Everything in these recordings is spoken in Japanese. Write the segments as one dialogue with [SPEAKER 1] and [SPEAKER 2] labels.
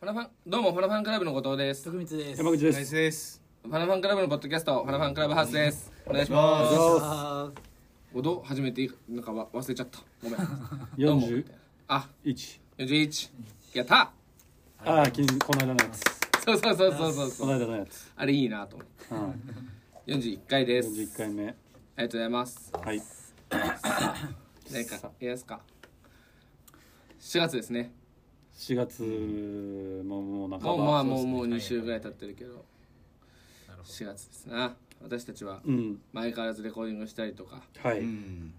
[SPEAKER 1] ファナファンどうもファナファンクラブの後藤です。
[SPEAKER 2] 徳光です。
[SPEAKER 3] 山口
[SPEAKER 2] で
[SPEAKER 3] です。
[SPEAKER 4] です。
[SPEAKER 1] ファナファンクラブのポッドキャストファナファンクラブハウスです。お願いし
[SPEAKER 3] お
[SPEAKER 1] ます。
[SPEAKER 3] 願いし
[SPEAKER 1] おどう初めていいなんかわ忘れちゃった。ごめん。どう
[SPEAKER 3] 四
[SPEAKER 1] も
[SPEAKER 3] 十
[SPEAKER 1] あ、
[SPEAKER 3] 一。
[SPEAKER 1] 41やった。
[SPEAKER 3] ああ、きん、この間のやつ。
[SPEAKER 1] そうそうそうそうそう
[SPEAKER 3] こ
[SPEAKER 1] そう。
[SPEAKER 3] の間のやつ。
[SPEAKER 1] あれいいなと思って。
[SPEAKER 3] うん。
[SPEAKER 1] 41回です。あ
[SPEAKER 3] 四十
[SPEAKER 1] り
[SPEAKER 3] 一回目。
[SPEAKER 1] がとうございます。
[SPEAKER 3] はい。
[SPEAKER 1] 何かやりますか。4月ですね。
[SPEAKER 3] 四月ももう半ば。
[SPEAKER 1] もうまあ
[SPEAKER 3] う。
[SPEAKER 1] もう
[SPEAKER 2] そうです
[SPEAKER 1] も
[SPEAKER 2] ね
[SPEAKER 1] う
[SPEAKER 2] はい
[SPEAKER 1] 2週ぐらい経ってるけど
[SPEAKER 2] なるほ
[SPEAKER 1] 4月ですな。私たちは
[SPEAKER 3] ん。
[SPEAKER 1] 前からずレコーディングしたりとか。
[SPEAKER 3] はい。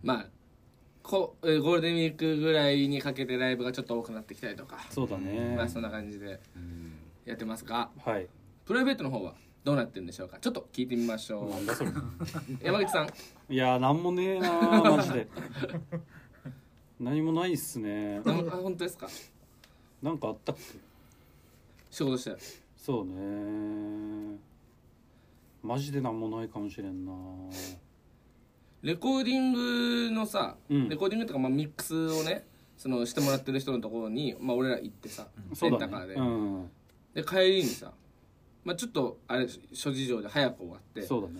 [SPEAKER 1] まあこえーゴールデンウィークぐらいにかけてライブがちょっと多くなってきたりとか、
[SPEAKER 3] そうだね
[SPEAKER 1] まあ。そんな感じでやってますが
[SPEAKER 3] はい。
[SPEAKER 1] プライベートの方はどうなってるんでしょうかちょっと聞いてみましょ
[SPEAKER 3] なん
[SPEAKER 1] う
[SPEAKER 3] だそれ。
[SPEAKER 1] 山口さん
[SPEAKER 3] いやー、なんもねえな ー、マジで。何もないっすね。
[SPEAKER 1] なあ本当ですか
[SPEAKER 3] なんかあったっけ。
[SPEAKER 1] 仕事してる
[SPEAKER 3] そうねー。マジでなんもないかもしれんなー。
[SPEAKER 1] レコーディングのさ、
[SPEAKER 3] うん
[SPEAKER 1] レコーディングとかまあミックスをねそのしてもらってる人のところに、まあ、俺ら行ってさ、
[SPEAKER 3] そ
[SPEAKER 1] レン
[SPEAKER 3] う
[SPEAKER 1] タ
[SPEAKER 3] だ
[SPEAKER 1] カー
[SPEAKER 3] ね。
[SPEAKER 1] で,、
[SPEAKER 3] うん。
[SPEAKER 1] で帰りにさ、まあ、ちょっとあれ諸事情で早く終わって
[SPEAKER 3] そうだね。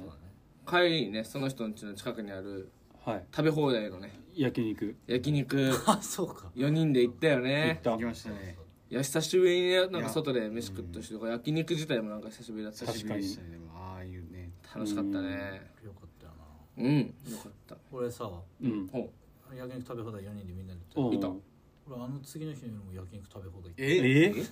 [SPEAKER 1] 帰りにねその人の家の近くにある
[SPEAKER 3] はい。
[SPEAKER 1] 食べ放題のね
[SPEAKER 3] 焼肉。
[SPEAKER 1] 焼肉
[SPEAKER 2] ど。あ、そうか。
[SPEAKER 1] 4人で行ったよ
[SPEAKER 3] 行
[SPEAKER 1] ね
[SPEAKER 3] った
[SPEAKER 4] 行き。ましたね。
[SPEAKER 1] いや久しぶりにねなんか外で飯食ったしとか焼肉自体もなんか久しぶりだったし
[SPEAKER 3] 確かに
[SPEAKER 4] 久しぶりでしたねでもああいうね。
[SPEAKER 1] 楽しかったね
[SPEAKER 2] よかったよな。
[SPEAKER 1] うんよかった
[SPEAKER 2] 俺さ、
[SPEAKER 3] うん。
[SPEAKER 1] ほ
[SPEAKER 2] 焼肉食べ放題4人でみんなで行
[SPEAKER 3] お
[SPEAKER 2] っ
[SPEAKER 3] う
[SPEAKER 1] いた
[SPEAKER 2] た。俺あの次の日よりも焼肉食べ放題行っ
[SPEAKER 4] え
[SPEAKER 3] え
[SPEAKER 1] う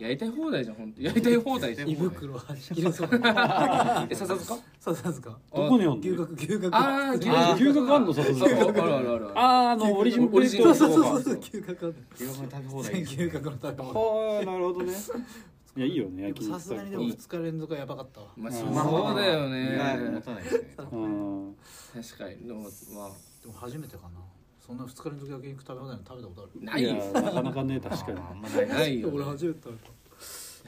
[SPEAKER 1] やりたい放題じゃん本当やりたい放題じゃ
[SPEAKER 2] た。
[SPEAKER 1] んえ
[SPEAKER 2] 胃袋は引き出そう。 さ
[SPEAKER 1] 笹塚
[SPEAKER 2] さすが。
[SPEAKER 3] どこにあん
[SPEAKER 2] 牛
[SPEAKER 3] の
[SPEAKER 2] 角、牛角。
[SPEAKER 1] ああ
[SPEAKER 2] 牛
[SPEAKER 1] 牛
[SPEAKER 2] 角。
[SPEAKER 1] 角
[SPEAKER 3] 牛角あんの笹塚
[SPEAKER 1] そうあるあるあるある
[SPEAKER 3] あーあのオリジンプレー
[SPEAKER 1] オ
[SPEAKER 3] ト
[SPEAKER 1] リ
[SPEAKER 3] あ
[SPEAKER 1] ジ
[SPEAKER 2] そうそうそう
[SPEAKER 1] そ
[SPEAKER 2] そうう
[SPEAKER 1] か
[SPEAKER 2] 牛角ある。
[SPEAKER 4] え。牛角食べ放題。
[SPEAKER 2] 牛角の食べ放
[SPEAKER 3] あなるほどねいやいいよね
[SPEAKER 2] 題。
[SPEAKER 3] 焼
[SPEAKER 2] で
[SPEAKER 3] 肉
[SPEAKER 2] もさすがにでも2日連続はやばかったわ。
[SPEAKER 1] まあ
[SPEAKER 3] う
[SPEAKER 1] そ
[SPEAKER 3] ん
[SPEAKER 1] うだよ
[SPEAKER 4] まあ持
[SPEAKER 1] ね
[SPEAKER 4] たないですね。
[SPEAKER 3] うん
[SPEAKER 1] 確かにでもまあ
[SPEAKER 2] でも初めてかな。そんな2日連続焼肉食べ放題の食べたことある。
[SPEAKER 1] ない
[SPEAKER 3] や
[SPEAKER 1] よ
[SPEAKER 3] なかなかね確か
[SPEAKER 4] まあ
[SPEAKER 3] に
[SPEAKER 4] あんまない
[SPEAKER 1] な
[SPEAKER 4] ないい。
[SPEAKER 1] よ
[SPEAKER 2] 俺初めて食べた。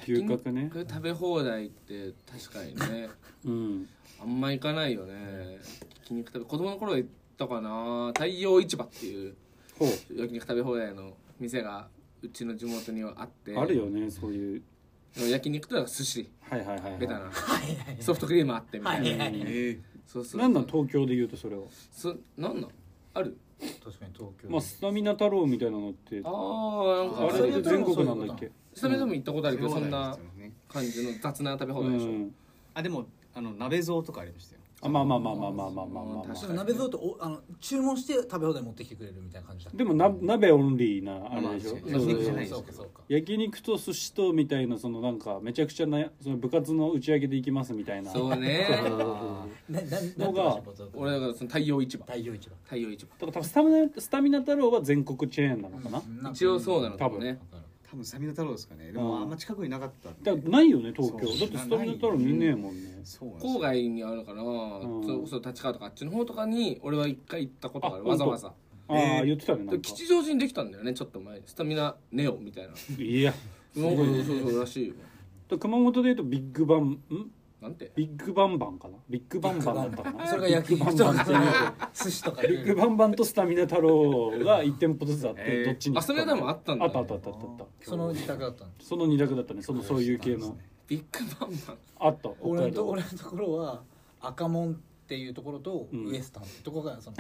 [SPEAKER 3] 牛角ね
[SPEAKER 1] これ食べ放題って確かにね
[SPEAKER 3] うん
[SPEAKER 1] あんま行かないよね焼肉食べ子供の頃は行ったかな太陽市場っていう
[SPEAKER 3] ほ
[SPEAKER 1] 焼肉食べ放題の店がうちの地元にはあって
[SPEAKER 3] うあるよねそういう
[SPEAKER 1] 焼肉とは寿司
[SPEAKER 3] はいはいはいはい
[SPEAKER 1] ベタなソフトクリームあってみたいな、
[SPEAKER 2] はいはいはい
[SPEAKER 4] え
[SPEAKER 1] そうそう
[SPEAKER 3] なんなん東京で言うとそれは
[SPEAKER 1] そなんなんある
[SPEAKER 2] 確かに東京。
[SPEAKER 3] まあスタミナ太郎みたいなのって
[SPEAKER 1] あ
[SPEAKER 3] あ
[SPEAKER 1] ーなんか
[SPEAKER 2] あ
[SPEAKER 3] れ
[SPEAKER 2] スタミナ太郎
[SPEAKER 3] 全国なんだっけ
[SPEAKER 1] 久々も行ったことあるけどそん
[SPEAKER 4] で
[SPEAKER 1] な
[SPEAKER 4] すよね
[SPEAKER 1] 感じの雑な食べ放
[SPEAKER 3] う
[SPEAKER 1] 題でしょ、
[SPEAKER 3] ん
[SPEAKER 4] あでもあの鍋像とかありましたよ。
[SPEAKER 3] あまあまあまあまあまあまあまあまあま
[SPEAKER 1] 確
[SPEAKER 3] あ
[SPEAKER 1] か
[SPEAKER 2] そ
[SPEAKER 1] に
[SPEAKER 2] う鍋蔵っておあの注文して食べ放題持ってきてくれるみたいな感じだった
[SPEAKER 3] でもな鍋オンリーなあれでしょ
[SPEAKER 4] まあ
[SPEAKER 1] 焼
[SPEAKER 3] そうそう
[SPEAKER 1] 肉じゃない
[SPEAKER 2] そうかそうか
[SPEAKER 3] 焼肉と寿司とみたいなそのなんかめちゃくちゃなその部活の打ち上げで行きますみたいな
[SPEAKER 1] そうね
[SPEAKER 3] そうそうそうそう
[SPEAKER 2] なななん
[SPEAKER 3] のが
[SPEAKER 1] 俺だ
[SPEAKER 2] が
[SPEAKER 1] からその太陽市場
[SPEAKER 2] 大丈夫一
[SPEAKER 1] 太陽市場
[SPEAKER 3] だから多分スタミナスタミナ太郎は全国チェーンなのかな、
[SPEAKER 2] 番
[SPEAKER 1] 一応そうなの
[SPEAKER 3] 多
[SPEAKER 1] か
[SPEAKER 3] 分
[SPEAKER 1] もね
[SPEAKER 4] 多分サミナ太郎ですかね。で
[SPEAKER 3] う
[SPEAKER 4] も
[SPEAKER 3] ん
[SPEAKER 4] あんま近くになかったんで。
[SPEAKER 3] だからないよね東京
[SPEAKER 4] そう
[SPEAKER 3] だってスタミナ太郎見ねえもんね
[SPEAKER 4] そうなんです
[SPEAKER 1] 郊
[SPEAKER 4] よ。
[SPEAKER 1] 外にあるのかな、
[SPEAKER 3] ん
[SPEAKER 1] そうそう立川とかあっちの方とかに俺は一回行ったことがある
[SPEAKER 3] あ
[SPEAKER 1] わざわざ
[SPEAKER 3] ああ、
[SPEAKER 4] えー
[SPEAKER 3] 言ってたねなんか
[SPEAKER 1] 吉祥寺にできたんだよねちょっと前にスタミナネオみたいななんか
[SPEAKER 3] いや
[SPEAKER 1] そうそうらしいよ
[SPEAKER 3] と熊本で言うとビッグバンん
[SPEAKER 1] なんて
[SPEAKER 3] ビッグバンバンかなビッグバンバンだったかな
[SPEAKER 2] それが焼肉とか寿司とか
[SPEAKER 3] ビッグバンバンとスタミナ太郎が1店舗ずつあって、
[SPEAKER 4] えー
[SPEAKER 3] どっちに
[SPEAKER 1] あそれでもあ
[SPEAKER 3] あっ
[SPEAKER 1] ったんだ
[SPEAKER 3] た
[SPEAKER 1] ね、
[SPEAKER 3] あったあったあったあった
[SPEAKER 2] その自宅だったの
[SPEAKER 3] その2択だったねそのそういう系の
[SPEAKER 1] ビッグバンバン
[SPEAKER 3] あった北
[SPEAKER 2] 俺
[SPEAKER 3] 海
[SPEAKER 2] のと
[SPEAKER 3] 道
[SPEAKER 2] 俺のところは赤門っていうところと
[SPEAKER 3] うん
[SPEAKER 2] ウエスタンってとこがその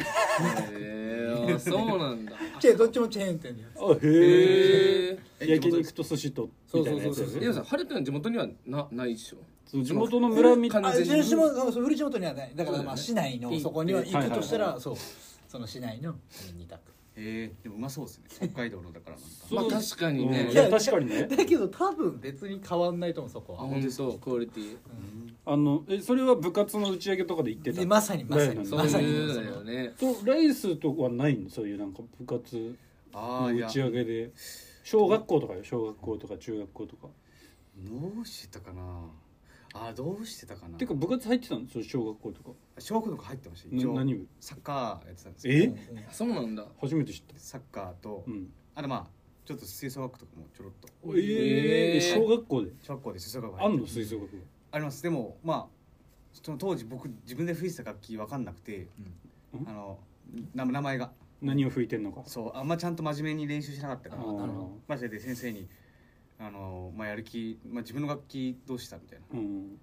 [SPEAKER 1] へえそうなんだ
[SPEAKER 2] チェーンどっちもチェーン店でやつ
[SPEAKER 3] あへえ
[SPEAKER 1] へえ
[SPEAKER 3] 焼肉と寿司とみたいなやつ
[SPEAKER 2] そうそう
[SPEAKER 3] や
[SPEAKER 2] そう
[SPEAKER 1] でもさ晴れてる地元にはなないでしょ
[SPEAKER 3] そう地元の村みたい
[SPEAKER 1] 完
[SPEAKER 2] あ
[SPEAKER 1] 全
[SPEAKER 2] う
[SPEAKER 1] に
[SPEAKER 2] ちの地元そう古地元にはないだか
[SPEAKER 1] そうだよ
[SPEAKER 2] ら
[SPEAKER 1] ね
[SPEAKER 2] まあ市内のそこには行くとした
[SPEAKER 3] はいはい
[SPEAKER 2] らそうその市内の二択
[SPEAKER 4] ええでもうまそうですね。北海道のだからなんか。
[SPEAKER 1] まあ確かに
[SPEAKER 3] うん
[SPEAKER 1] ね
[SPEAKER 3] いや確かにね
[SPEAKER 2] だけど多分別に変わんないと思うそこ
[SPEAKER 1] あ
[SPEAKER 2] は
[SPEAKER 1] 本当クオリティ
[SPEAKER 3] あのえそれは部活の打ち上げとかで行ってた
[SPEAKER 2] でまさにまさ
[SPEAKER 3] だよ
[SPEAKER 2] に
[SPEAKER 3] ね
[SPEAKER 1] そう
[SPEAKER 2] まさに
[SPEAKER 1] いうのだよね
[SPEAKER 3] とライスとかはないのそういうなんか部活
[SPEAKER 4] あ
[SPEAKER 3] の
[SPEAKER 4] あいや
[SPEAKER 3] 打。ち上げで小学校とかよ小学校とか中学校とか
[SPEAKER 4] どうしてたかな。あーどうしてたかな。
[SPEAKER 3] ていうか部活入ってたのそういう小学校とか
[SPEAKER 4] 小学校とか入ってました。一
[SPEAKER 3] な
[SPEAKER 4] 応
[SPEAKER 3] 何部
[SPEAKER 4] サッカーやってたんですけど
[SPEAKER 3] え
[SPEAKER 1] そうなんだ
[SPEAKER 3] 初めて知った
[SPEAKER 4] サッカーと、
[SPEAKER 3] うん
[SPEAKER 4] あとまあちょっと吹奏楽とかもちょろっと
[SPEAKER 3] ええ
[SPEAKER 1] えー
[SPEAKER 3] 小学校で
[SPEAKER 4] 小学校で吹奏楽
[SPEAKER 3] あんの
[SPEAKER 4] 入って
[SPEAKER 3] 吹奏楽部
[SPEAKER 4] ありますでもまあその当時僕自分で吹いてた楽器分かんなくて、
[SPEAKER 3] うん
[SPEAKER 4] あのな名前が
[SPEAKER 3] 何を吹いてんのか
[SPEAKER 4] そうあんまちゃんと真面目に練習しなかったから
[SPEAKER 3] あー
[SPEAKER 4] まあそれで先生にあの、まあ、やる気、まあ、自分の楽器どうしたみたいな
[SPEAKER 3] うん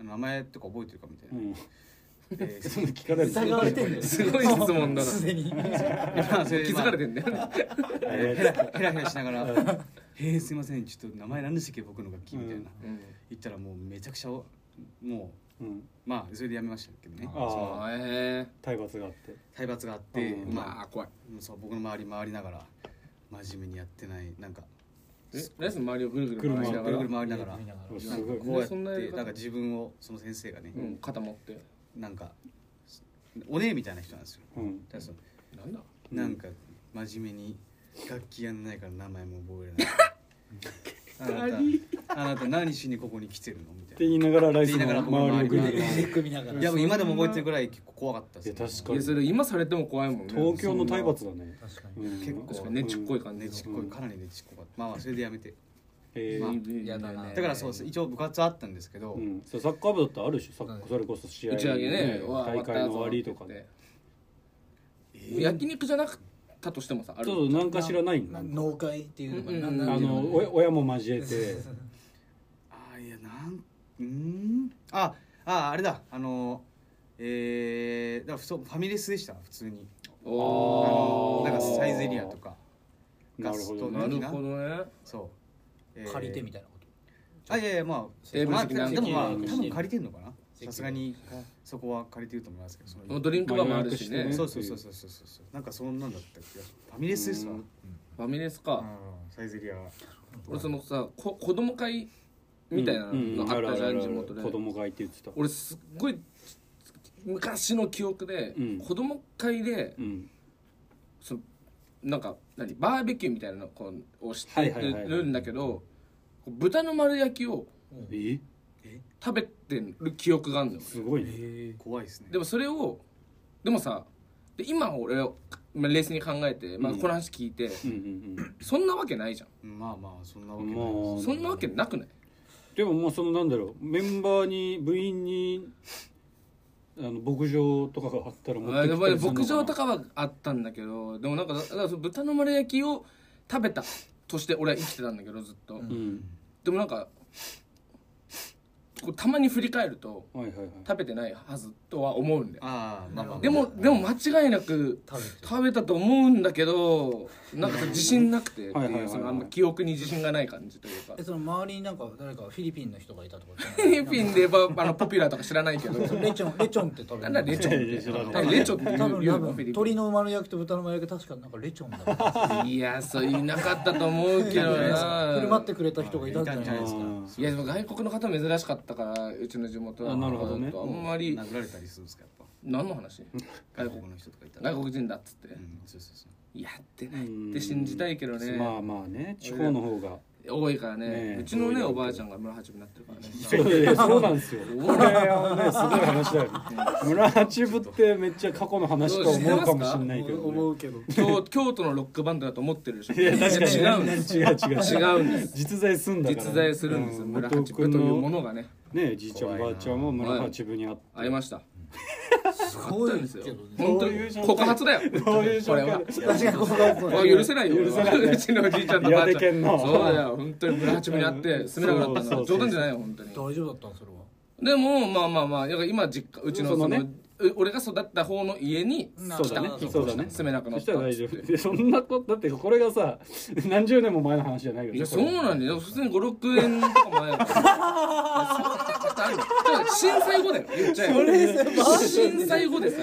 [SPEAKER 4] あの名前とか覚えてるかみたいな
[SPEAKER 3] う、ん
[SPEAKER 4] で
[SPEAKER 3] そんな聞かれる
[SPEAKER 5] 疑われて んだよ
[SPEAKER 1] すごい質問だな
[SPEAKER 5] すでに
[SPEAKER 4] まあそれ
[SPEAKER 1] 気づかれてんだよね、
[SPEAKER 4] まあヘラヘラヘラしながら「へえすいませんちょっと名前何でしたっけ僕の楽器」みたい
[SPEAKER 3] う
[SPEAKER 4] な、
[SPEAKER 3] ん
[SPEAKER 1] うん
[SPEAKER 4] 言ったらもうめちゃくちゃもう
[SPEAKER 3] うん
[SPEAKER 4] まあそれでやめましたけどね
[SPEAKER 2] あ
[SPEAKER 3] ー
[SPEAKER 4] そ
[SPEAKER 1] あ
[SPEAKER 4] の
[SPEAKER 1] あえ
[SPEAKER 3] 体罰があって
[SPEAKER 4] 体罰があって、
[SPEAKER 3] う
[SPEAKER 1] え
[SPEAKER 3] ん
[SPEAKER 1] ま
[SPEAKER 4] ま
[SPEAKER 1] あ怖い
[SPEAKER 4] あそう僕の周り回りながら真面目にやってないなんか
[SPEAKER 1] えレスの周りをぐるぐる回しな
[SPEAKER 4] ぐ
[SPEAKER 1] が
[SPEAKER 4] る
[SPEAKER 1] ら
[SPEAKER 4] ぐる回りながら
[SPEAKER 2] 見なが
[SPEAKER 3] す
[SPEAKER 4] な
[SPEAKER 3] ご
[SPEAKER 4] ん
[SPEAKER 3] い
[SPEAKER 4] か
[SPEAKER 3] ね
[SPEAKER 4] こうやっ
[SPEAKER 1] そんなやり
[SPEAKER 4] て
[SPEAKER 1] 方
[SPEAKER 4] なんか自分をその先生がね、
[SPEAKER 1] うん、肩持って
[SPEAKER 4] なんかお姉みたいな人なんですよ
[SPEAKER 3] うん
[SPEAKER 4] だからその
[SPEAKER 1] なんだ
[SPEAKER 3] うん
[SPEAKER 4] なんか真面目に楽器やんないから名前も覚えられないあなたあなた何しにここに来てるのみ
[SPEAKER 3] っ
[SPEAKER 4] たい
[SPEAKER 3] て言
[SPEAKER 4] な
[SPEAKER 3] いながらライスの
[SPEAKER 4] って言いながら
[SPEAKER 3] 周りをぐるぐる
[SPEAKER 5] ネック見ながら
[SPEAKER 4] いやもう今でも覚えてるぐらい結構怖かったです
[SPEAKER 3] いや確か
[SPEAKER 1] い
[SPEAKER 3] に
[SPEAKER 1] やそれ今されても怖いもんね
[SPEAKER 3] 東京の体罰だね
[SPEAKER 2] 確かに
[SPEAKER 3] 結
[SPEAKER 4] 構
[SPEAKER 1] 確かにねちっこい感じ
[SPEAKER 4] ね
[SPEAKER 1] の
[SPEAKER 4] ちっこいかなりねちっこかったまあまあそれでやめて
[SPEAKER 3] え
[SPEAKER 4] まあ
[SPEAKER 3] ー
[SPEAKER 1] 嫌だな
[SPEAKER 4] だからそうです一応部活あったんですけど、
[SPEAKER 3] うん、そうサッカー部だったらあるでしょサッカーそれこそ試合
[SPEAKER 1] 打ち上げねわ
[SPEAKER 3] 大会の終わりとか
[SPEAKER 1] 終わった
[SPEAKER 3] ね
[SPEAKER 1] ぞって言って焼肉じゃなかったとしてもさあ
[SPEAKER 3] ち
[SPEAKER 1] る
[SPEAKER 3] ょっと何かしらないんだ
[SPEAKER 5] な農会っていうのかな
[SPEAKER 1] うんうん
[SPEAKER 5] な
[SPEAKER 3] あ
[SPEAKER 5] んていう
[SPEAKER 3] の
[SPEAKER 5] ね
[SPEAKER 3] お親も交えて
[SPEAKER 4] ああいやなんうーんあああれだあのえー、だからそうファミレスでした普通にあ
[SPEAKER 1] お
[SPEAKER 4] の
[SPEAKER 1] ー
[SPEAKER 4] なんかサイゼリアとか
[SPEAKER 3] なるほど
[SPEAKER 1] な
[SPEAKER 3] ね
[SPEAKER 1] るほどね
[SPEAKER 4] そう、えー
[SPEAKER 5] 借りてみたいなこと
[SPEAKER 4] あいやいやまあ
[SPEAKER 1] テーブル席
[SPEAKER 4] まあ
[SPEAKER 1] なん
[SPEAKER 4] で
[SPEAKER 1] か
[SPEAKER 4] もまあ多
[SPEAKER 5] 席
[SPEAKER 4] 分借りてんのかなさすがにそこは借りてると思いますけどその
[SPEAKER 1] ドリンクバーもあるし
[SPEAKER 3] まあ予
[SPEAKER 1] ね
[SPEAKER 3] 約してね
[SPEAKER 4] そうそうそうそうそうそうなんかそんなんだった気がするファミレスですわ
[SPEAKER 3] う
[SPEAKER 4] うんん
[SPEAKER 1] ファミレスか
[SPEAKER 4] サイゼリア
[SPEAKER 1] 俺そのさこ子供会 みたいなのあったじゃん地元で
[SPEAKER 3] 子供がいて言ってた
[SPEAKER 1] 俺すっごい昔の記憶で
[SPEAKER 3] うん
[SPEAKER 1] 子供会で
[SPEAKER 3] うん
[SPEAKER 1] そのなんか何バーベキューみたいなのこうをして
[SPEAKER 3] はいはいはいはい
[SPEAKER 1] るんだけどこう豚の丸焼きを
[SPEAKER 3] え
[SPEAKER 1] 食べてる記憶があるのよ
[SPEAKER 3] すごいね
[SPEAKER 2] え
[SPEAKER 4] 怖いですね
[SPEAKER 1] でもそれをでもさで今俺をまあ冷静に考えて、まあ、
[SPEAKER 3] うん
[SPEAKER 1] この話聞いて、
[SPEAKER 3] うんうん
[SPEAKER 1] そんなわけないじゃん
[SPEAKER 4] まあまあそんなわ
[SPEAKER 3] う
[SPEAKER 4] け
[SPEAKER 3] ん
[SPEAKER 4] ない
[SPEAKER 3] まあ
[SPEAKER 1] そんなわけなくない
[SPEAKER 3] でもまあそのなんだろうメンバーに部員にあの牧場とかがあったら持
[SPEAKER 1] あ
[SPEAKER 3] っ
[SPEAKER 1] や
[SPEAKER 3] てき
[SPEAKER 1] ったぱり
[SPEAKER 3] りするの
[SPEAKER 1] 牧場と
[SPEAKER 3] か
[SPEAKER 1] かはあったんだけどでもなんかだだからその豚の丸焼きを食べたとして俺は生きてたんだけどずっと、
[SPEAKER 3] なうん
[SPEAKER 1] でもなんかこうたまに振り返ると
[SPEAKER 3] はいはいはい
[SPEAKER 1] 食べてないはずとは思うんだよ
[SPEAKER 4] ああまあまあ
[SPEAKER 1] でもでも間違いなく
[SPEAKER 2] 食べて
[SPEAKER 1] 食べたと思うんだけどなんか自信なくてって
[SPEAKER 3] はいはいはい
[SPEAKER 1] い
[SPEAKER 3] は
[SPEAKER 1] う
[SPEAKER 3] い
[SPEAKER 1] そのあんま記憶に自信がない感じというか
[SPEAKER 2] えその周りになんか誰かフィリピンの人がいたとか
[SPEAKER 1] フィリピンで言えばあのポピュラーとか知らない けど
[SPEAKER 2] そのレチョンレチョンって食べ
[SPEAKER 1] なんだレチョンって
[SPEAKER 3] いやいや
[SPEAKER 1] 多分レチョンって
[SPEAKER 2] 多
[SPEAKER 1] 言う言う
[SPEAKER 2] 分多
[SPEAKER 1] のフィ
[SPEAKER 2] 分
[SPEAKER 1] リピ
[SPEAKER 2] 鶏の丸焼きと豚の丸焼き確かなんかレチョンだもんね
[SPEAKER 1] ンいやそういなかったと思うけどな
[SPEAKER 2] 振る舞ってくれた人がいたんじゃない
[SPEAKER 4] いたんじゃない
[SPEAKER 2] で
[SPEAKER 4] です
[SPEAKER 2] か
[SPEAKER 4] すか
[SPEAKER 1] いやでも外国の方珍しかったからうちの地元は
[SPEAKER 3] あなるほどね
[SPEAKER 1] あんまり
[SPEAKER 4] 殴られたりするんですかやっ
[SPEAKER 1] 何の話
[SPEAKER 4] ぱ
[SPEAKER 1] 外
[SPEAKER 4] 外
[SPEAKER 1] 国
[SPEAKER 4] 国の人とかいたら
[SPEAKER 1] 外国人だっつって
[SPEAKER 4] うんそうそうそう
[SPEAKER 1] やってないって信じたいけどね
[SPEAKER 3] まあまあね地方の方が
[SPEAKER 1] 多いから
[SPEAKER 3] ね
[SPEAKER 1] ね
[SPEAKER 3] え
[SPEAKER 1] うちのねおばあちゃんが村八分になってるからね
[SPEAKER 3] そういやそうなんですよこれはねすごい話だよ村八分ってめっちゃ過去の話と思うかもしれないけど、
[SPEAKER 5] 思
[SPEAKER 3] ね、
[SPEAKER 5] うけど
[SPEAKER 1] 京京都のロックバンドだと思ってるでしょ
[SPEAKER 3] いや確かに
[SPEAKER 1] 違うんです
[SPEAKER 3] 違う違う
[SPEAKER 1] 違うんです
[SPEAKER 3] 実在すんだから
[SPEAKER 1] 実在するんですよ
[SPEAKER 3] うん
[SPEAKER 1] 村
[SPEAKER 3] 元
[SPEAKER 1] 八
[SPEAKER 3] 君
[SPEAKER 1] 分というも
[SPEAKER 3] の
[SPEAKER 1] のがね
[SPEAKER 3] ねじいちゃんばあちゃんも村八分にあっ
[SPEAKER 1] ありました
[SPEAKER 2] す
[SPEAKER 1] あ
[SPEAKER 2] ご
[SPEAKER 1] ったん
[SPEAKER 2] いで
[SPEAKER 1] です
[SPEAKER 2] す
[SPEAKER 1] よ
[SPEAKER 2] けどね
[SPEAKER 1] 本当
[SPEAKER 3] どういう
[SPEAKER 1] に
[SPEAKER 3] 状態
[SPEAKER 1] 告発だよ
[SPEAKER 3] どういう状
[SPEAKER 1] これ
[SPEAKER 3] 態
[SPEAKER 1] は
[SPEAKER 5] 確かにここが起こ
[SPEAKER 1] こ
[SPEAKER 5] る
[SPEAKER 1] れは許せないよ
[SPEAKER 3] 許せない
[SPEAKER 1] 俺はうちのおじいちゃんとばあち
[SPEAKER 3] 嫌で
[SPEAKER 1] ゃ
[SPEAKER 3] けん
[SPEAKER 1] ん
[SPEAKER 3] の
[SPEAKER 1] そうだよ本当に村八分にあって住めなくなった
[SPEAKER 3] そ
[SPEAKER 1] の
[SPEAKER 3] う
[SPEAKER 1] は
[SPEAKER 3] そ
[SPEAKER 1] 冗
[SPEAKER 3] う
[SPEAKER 1] 談じゃないよ本当に
[SPEAKER 2] 大丈夫だったんそれは
[SPEAKER 1] でもまあまあまあだから今実家うちの
[SPEAKER 3] そ
[SPEAKER 1] そ
[SPEAKER 3] の
[SPEAKER 1] の
[SPEAKER 3] ね
[SPEAKER 1] う俺が育った方の家に
[SPEAKER 3] そうだ
[SPEAKER 2] な
[SPEAKER 3] ね
[SPEAKER 2] るほど
[SPEAKER 3] そうだね
[SPEAKER 1] 住めなくな
[SPEAKER 3] そ
[SPEAKER 1] っ
[SPEAKER 3] したたら大丈夫でそんなことだってこれがさ何十年も前の話じゃないよね
[SPEAKER 1] いや
[SPEAKER 3] こ
[SPEAKER 1] そう
[SPEAKER 3] れ
[SPEAKER 1] なんだよ普通に56円とかもない からそんなことあるのだから震災後だよ言っちゃえば震災後でさ